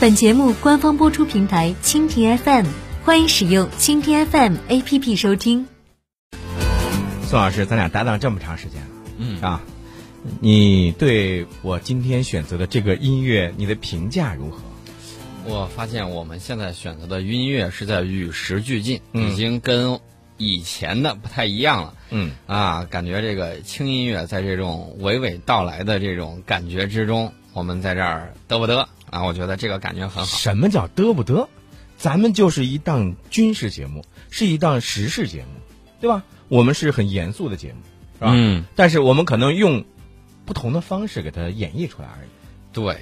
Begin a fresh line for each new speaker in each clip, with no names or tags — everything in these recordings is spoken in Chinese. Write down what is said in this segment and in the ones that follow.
本节目官方播出平台蜻蜓 FM，欢迎使用蜻蜓 FM APP 收听。
宋老师，咱俩搭档这么长时间了，
嗯
啊，你对我今天选择的这个音乐，你的评价如何？
我发现我们现在选择的音乐是在与时俱进，
嗯
已经跟以前的不太一样了。
嗯
啊，感觉这个轻音乐在这种娓娓道来的这种感觉之中，我们在这儿嘚不嘚啊？我觉得这个感觉很好。
啊什么叫嘚不嘚？咱们就是一档军事节目，是一档时事节目，对吧？我们是很严肃的节目，是吧？
嗯，
但是我们可能用不同的方式给它演绎出来而已。
对。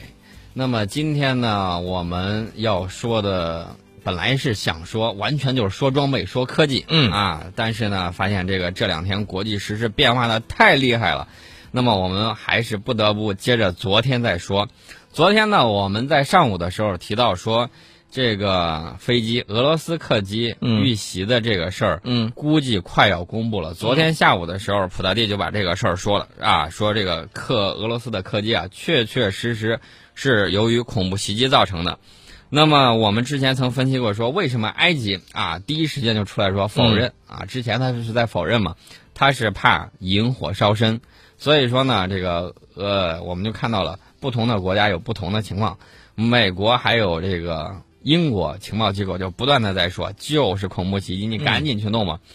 那么今天呢，我们要说的本来是想说，完全就是说装备、说科技，
嗯
啊，但是呢，发现这个这两天国际时事变化的太厉害了，那么我们还是不得不接着昨天再说。昨天呢，我们在上午的时候提到说，这个飞机俄罗斯客机
嗯
遇袭的这个事儿，
嗯
估计快要公布了。昨天下午的时候，普大帝就把这个事儿说了啊，说这个客俄罗斯的客机啊，确确实实是由于恐怖袭击造成的。那么我们之前曾分析过说，为什么埃及啊第一时间就出来说否认、啊？之前他是在否认嘛，他是怕引火烧身，所以说呢，这个呃，我们就看到了不同的国家有不同的情况，美国还有这个英国情报机构就不断的在说，就是恐怖袭击，你赶紧去弄吧。
嗯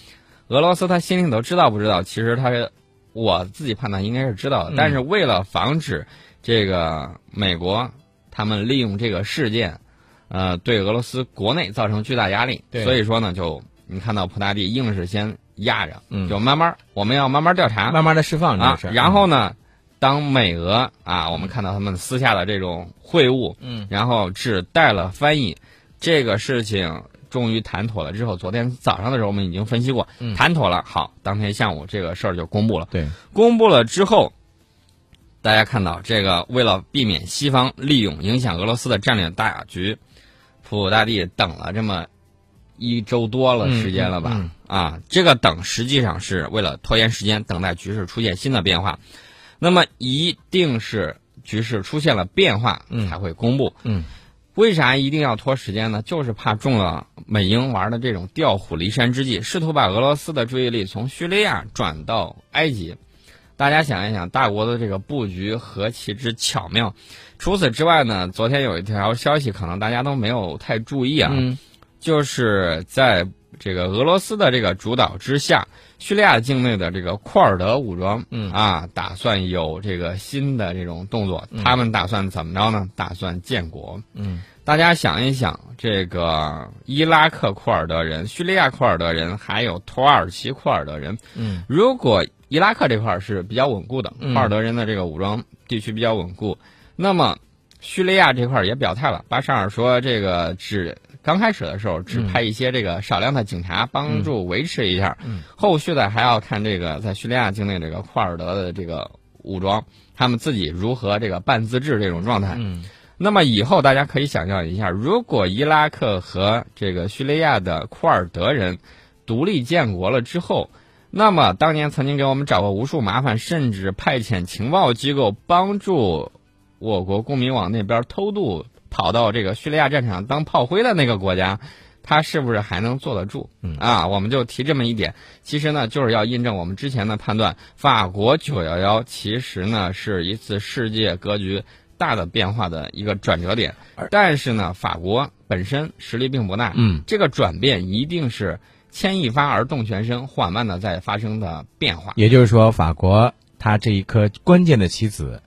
俄罗斯他心里头知道不知道？其实他是我自己判断应该是知道的，
嗯
但是为了防止这个美国他们利用这个事件，呃，对俄罗斯国内造成巨大压力，
对
所以说呢，就你看到普大帝硬是先压着，
嗯
就慢慢儿我们要慢慢儿调查，
慢慢的释放这个
啊
事儿，，嗯
然后呢，当美俄啊，我们看到他们私下的这种会晤，
嗯
然后只带了翻译，这个事情终于谈妥了之后，昨天早上的时候我们已经分析过，
嗯
谈妥了，好，当天下午这个事儿就公布了。
对，
公布了之后，大家看到这个，为了避免西方利用影响俄罗斯的战略大局，普大帝等了这么一周多了时间了吧？
嗯
啊，这个等实际上是为了拖延时间，等待局势出现新的变化。那么一定是局势出现了变化
嗯
才会公布。
嗯
为啥一定要拖时间呢？就是怕中了美英玩的这种调虎离山之计，试图把俄罗斯的注意力从叙利亚转到埃及。大家想一想，大国的这个布局何其之巧妙。除此之外呢，昨天有一条消息，可能大家都没有太注意啊，
嗯
就是在这个俄罗斯的这个主导之下，叙利亚境内的这个库尔德武装，
嗯
啊，打算有这个新的这种动作。他们打算怎么着呢？打算建国。
嗯
大家想一想，这个伊拉克库尔德人、叙利亚库尔德人，还有土耳其库尔德人，
嗯
如果伊拉克这块儿是比较稳固的，
嗯
库尔德人的这个武装地区比较稳固，那么叙利亚这块儿也表态了。巴沙尔说，这个只刚开始的时候只
嗯
派一些这个少量的警察帮助维持一下，
嗯
后续的还要看这个在叙利亚境内这个库尔德的这个武装他们自己如何这个半自治这种状态。
嗯
那么以后大家可以想象一下，如果伊拉克和这个叙利亚的库尔德人独立建国了之后，那么当年曾经给我们找过无数麻烦，甚至派遣情报机构帮助我国公民往那边偷渡，跑到这个叙利亚战场当炮灰的那个国家。他是不是还能坐得住？
嗯
啊，我们就提这么一点。其实呢，就是要印证我们之前的判断，法国九幺幺其实呢是一次世界格局大的变化的一个转折点
而。
但是呢，法国本身实力并不大，
嗯
这个转变一定是牵一发而动全身，缓慢的在发生的变化。
也就是说，法国它这一颗关键的棋子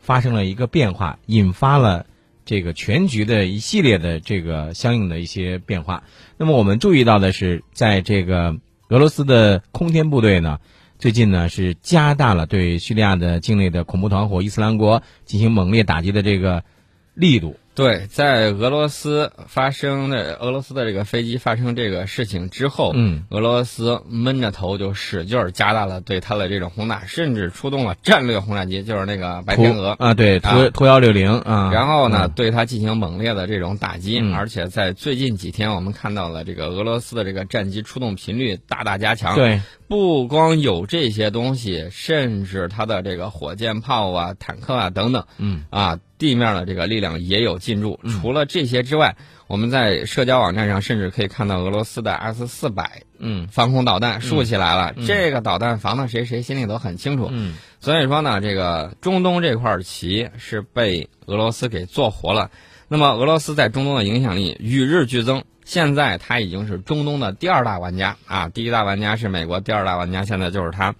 发生了一个变化，引发了这个全局的一系列的这个相应的一些变化。那么我们注意到的是，在这个俄罗斯的空天部队呢，最近呢是加大了对叙利亚的境内的恐怖团伙伊斯兰国进行猛烈打击的这个力度。
对，在俄罗斯发生的俄罗斯的这个飞机发生这个事情之后，
嗯
俄罗斯闷着头就使劲儿加大了对它的这种轰炸，甚至出动了战略轰炸机，就是那个白天鹅
图。啊，对，图
啊
图幺六零啊，
然后呢，
嗯，
对它进行猛烈的这种打击，
嗯
而且在最近几天，我们看到了这个俄罗斯的这个战机出动频率大大加强。，
对，
不光有这些东西，甚至它的这个火箭炮啊、坦克啊等等
嗯
啊，地面的这个力量也有进驻。除了这些之外，我们在社交网站上甚至可以看到俄罗斯的 S 四百
嗯
防空导弹竖起来了，这个导弹防到谁谁心里都很清楚。
嗯
所以说呢，这个中东这块棋是被俄罗斯给做活了。那么俄罗斯在中东的影响力与日俱增，现在它已经是中东的第二大玩家啊，第一大玩家是美国，第二大玩家现在就是它。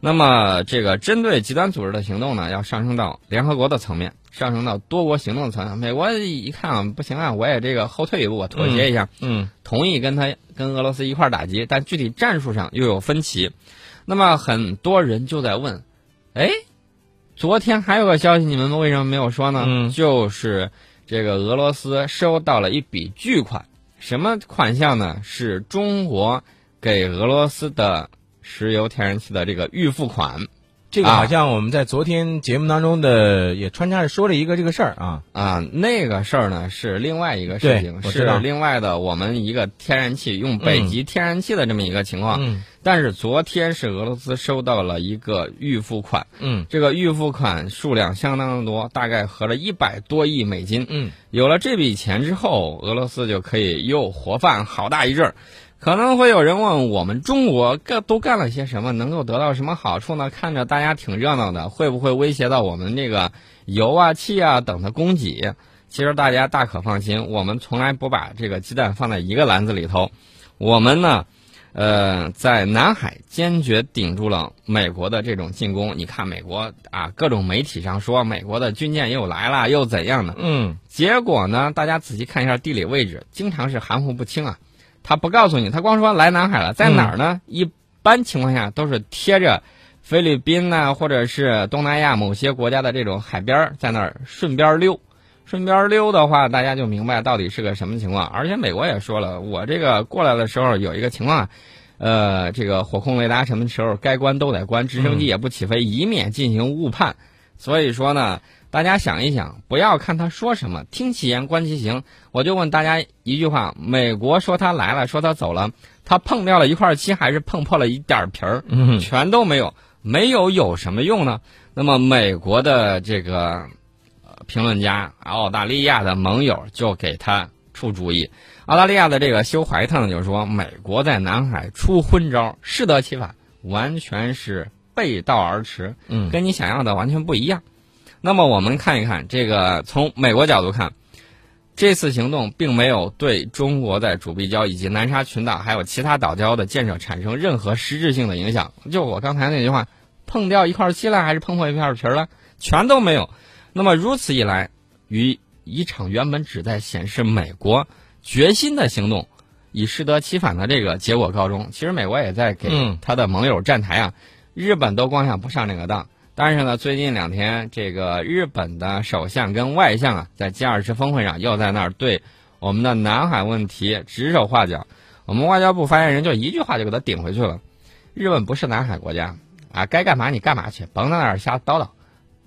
那么这个针对极端组织的行动呢，要上升到联合国的层面，上升到多国行动的层面。美国一看啊不行啊，我也这个后退一步，我妥协一下，
嗯
同意跟他跟俄罗斯一块儿打击，但具体战术上又有分歧。那么很多人就在问，哎，昨天还有个消息，你们为什么没有说呢？
嗯
就是这个俄罗斯收到了一笔巨款，什么款项呢？是中国给俄罗斯的石油天然气的这个预付款
这个
啊
好像我们在昨天节目当中的也穿插着说了一个这个事儿啊，
啊。那个事儿呢是另外一个
对
事情，
我知道
是另外的我们一个天然气用北极天然气的这么一个情况。
嗯
但是昨天是俄罗斯收到了一个预付款，
嗯
这个预付款数量相当的多，大概合了一百多亿美金。
嗯
有了这笔钱之后，俄罗斯就可以又活泛好大一阵儿。可能会有人问，我们中国干都干了些什么，能够得到什么好处呢？看着大家挺热闹的，会不会威胁到我们这个油啊、气啊等的供给？其实大家大可放心，我们从来不把这个鸡蛋放在一个篮子里头。我们呢，呃，在南海坚决顶住了美国的这种进攻。你看，美国啊，各种媒体上说美国的军舰又来了，又怎样呢？
嗯
结果呢，大家仔细看一下地理位置，经常是含糊不清啊。他不告诉你，他光说来南海了，在哪儿呢？一般情况下都是贴着菲律宾呐、或者是东南亚某些国家的这种海边儿，在那儿顺边儿溜。顺边儿溜的话，大家就明白到底是个什么情况。而且美国也说了，我这个过来的时候有一个情况啊，呃，这个火控雷达什么时候该关都得关，直升机也不起飞，以免进行误判。所以说呢，大家想一想，不要看他说什么，听其言观其行。我就问大家一句话：美国说他来了，说他走了，他碰掉了一块漆，还是碰破了一点儿皮儿？
嗯
全都没有，没有有什么用呢？那么美国的这个呃评论家，澳大利亚的盟友就给他出主意。澳大利亚的这个休怀特呢，就说美国在南海出昏招，适得其反，完全是背道而驰，
嗯
跟你想要的完全不一样。那么我们看一看这个，从美国角度看，这次行动并没有对中国在主碧礁以及南沙群岛还有其他岛礁的建设产生任何实质性的影响。就我刚才那句话，碰掉一块漆了，还是碰破一片皮儿了，全都没有。那么如此一来，与一场原本旨在显示美国决心的行动，以适得其反的这个结果告终。其实美国也在给
嗯
他的盟友站台啊，日本都光想不上这个当。但是呢，最近两天，这个日本的首相跟外相啊，在 G 二十峰会上又在那儿对我们的南海问题指手画脚。我们外交部发言人就一句话就给他顶回去了：日本不是南海国家啊，该干嘛你干嘛去，甭在那儿瞎叨叨。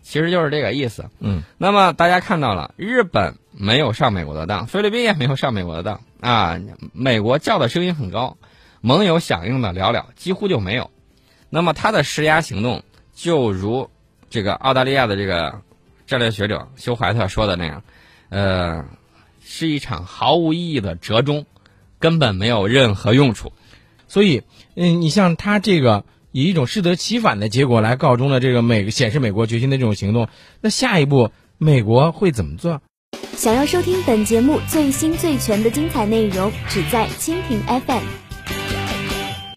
其实就是这个意思。
嗯
那么大家看到了，日本没有上美国的当，菲律宾也没有上美国的当啊。美国叫的声音很高，盟友响应的寥寥，几乎就没有。那么他的施压行动，就如这个澳大利亚的这个战略学者休怀特说的那样，呃，是一场毫无意义的折中，根本没有任何用处。
所以，嗯，你像他这个以一种适得其反的结果来告终的这个美显示美国决心的这种行动，那下一步美国会怎么做？
想要收听本节目最新最全的精彩内容，只在蜻蜓 FM。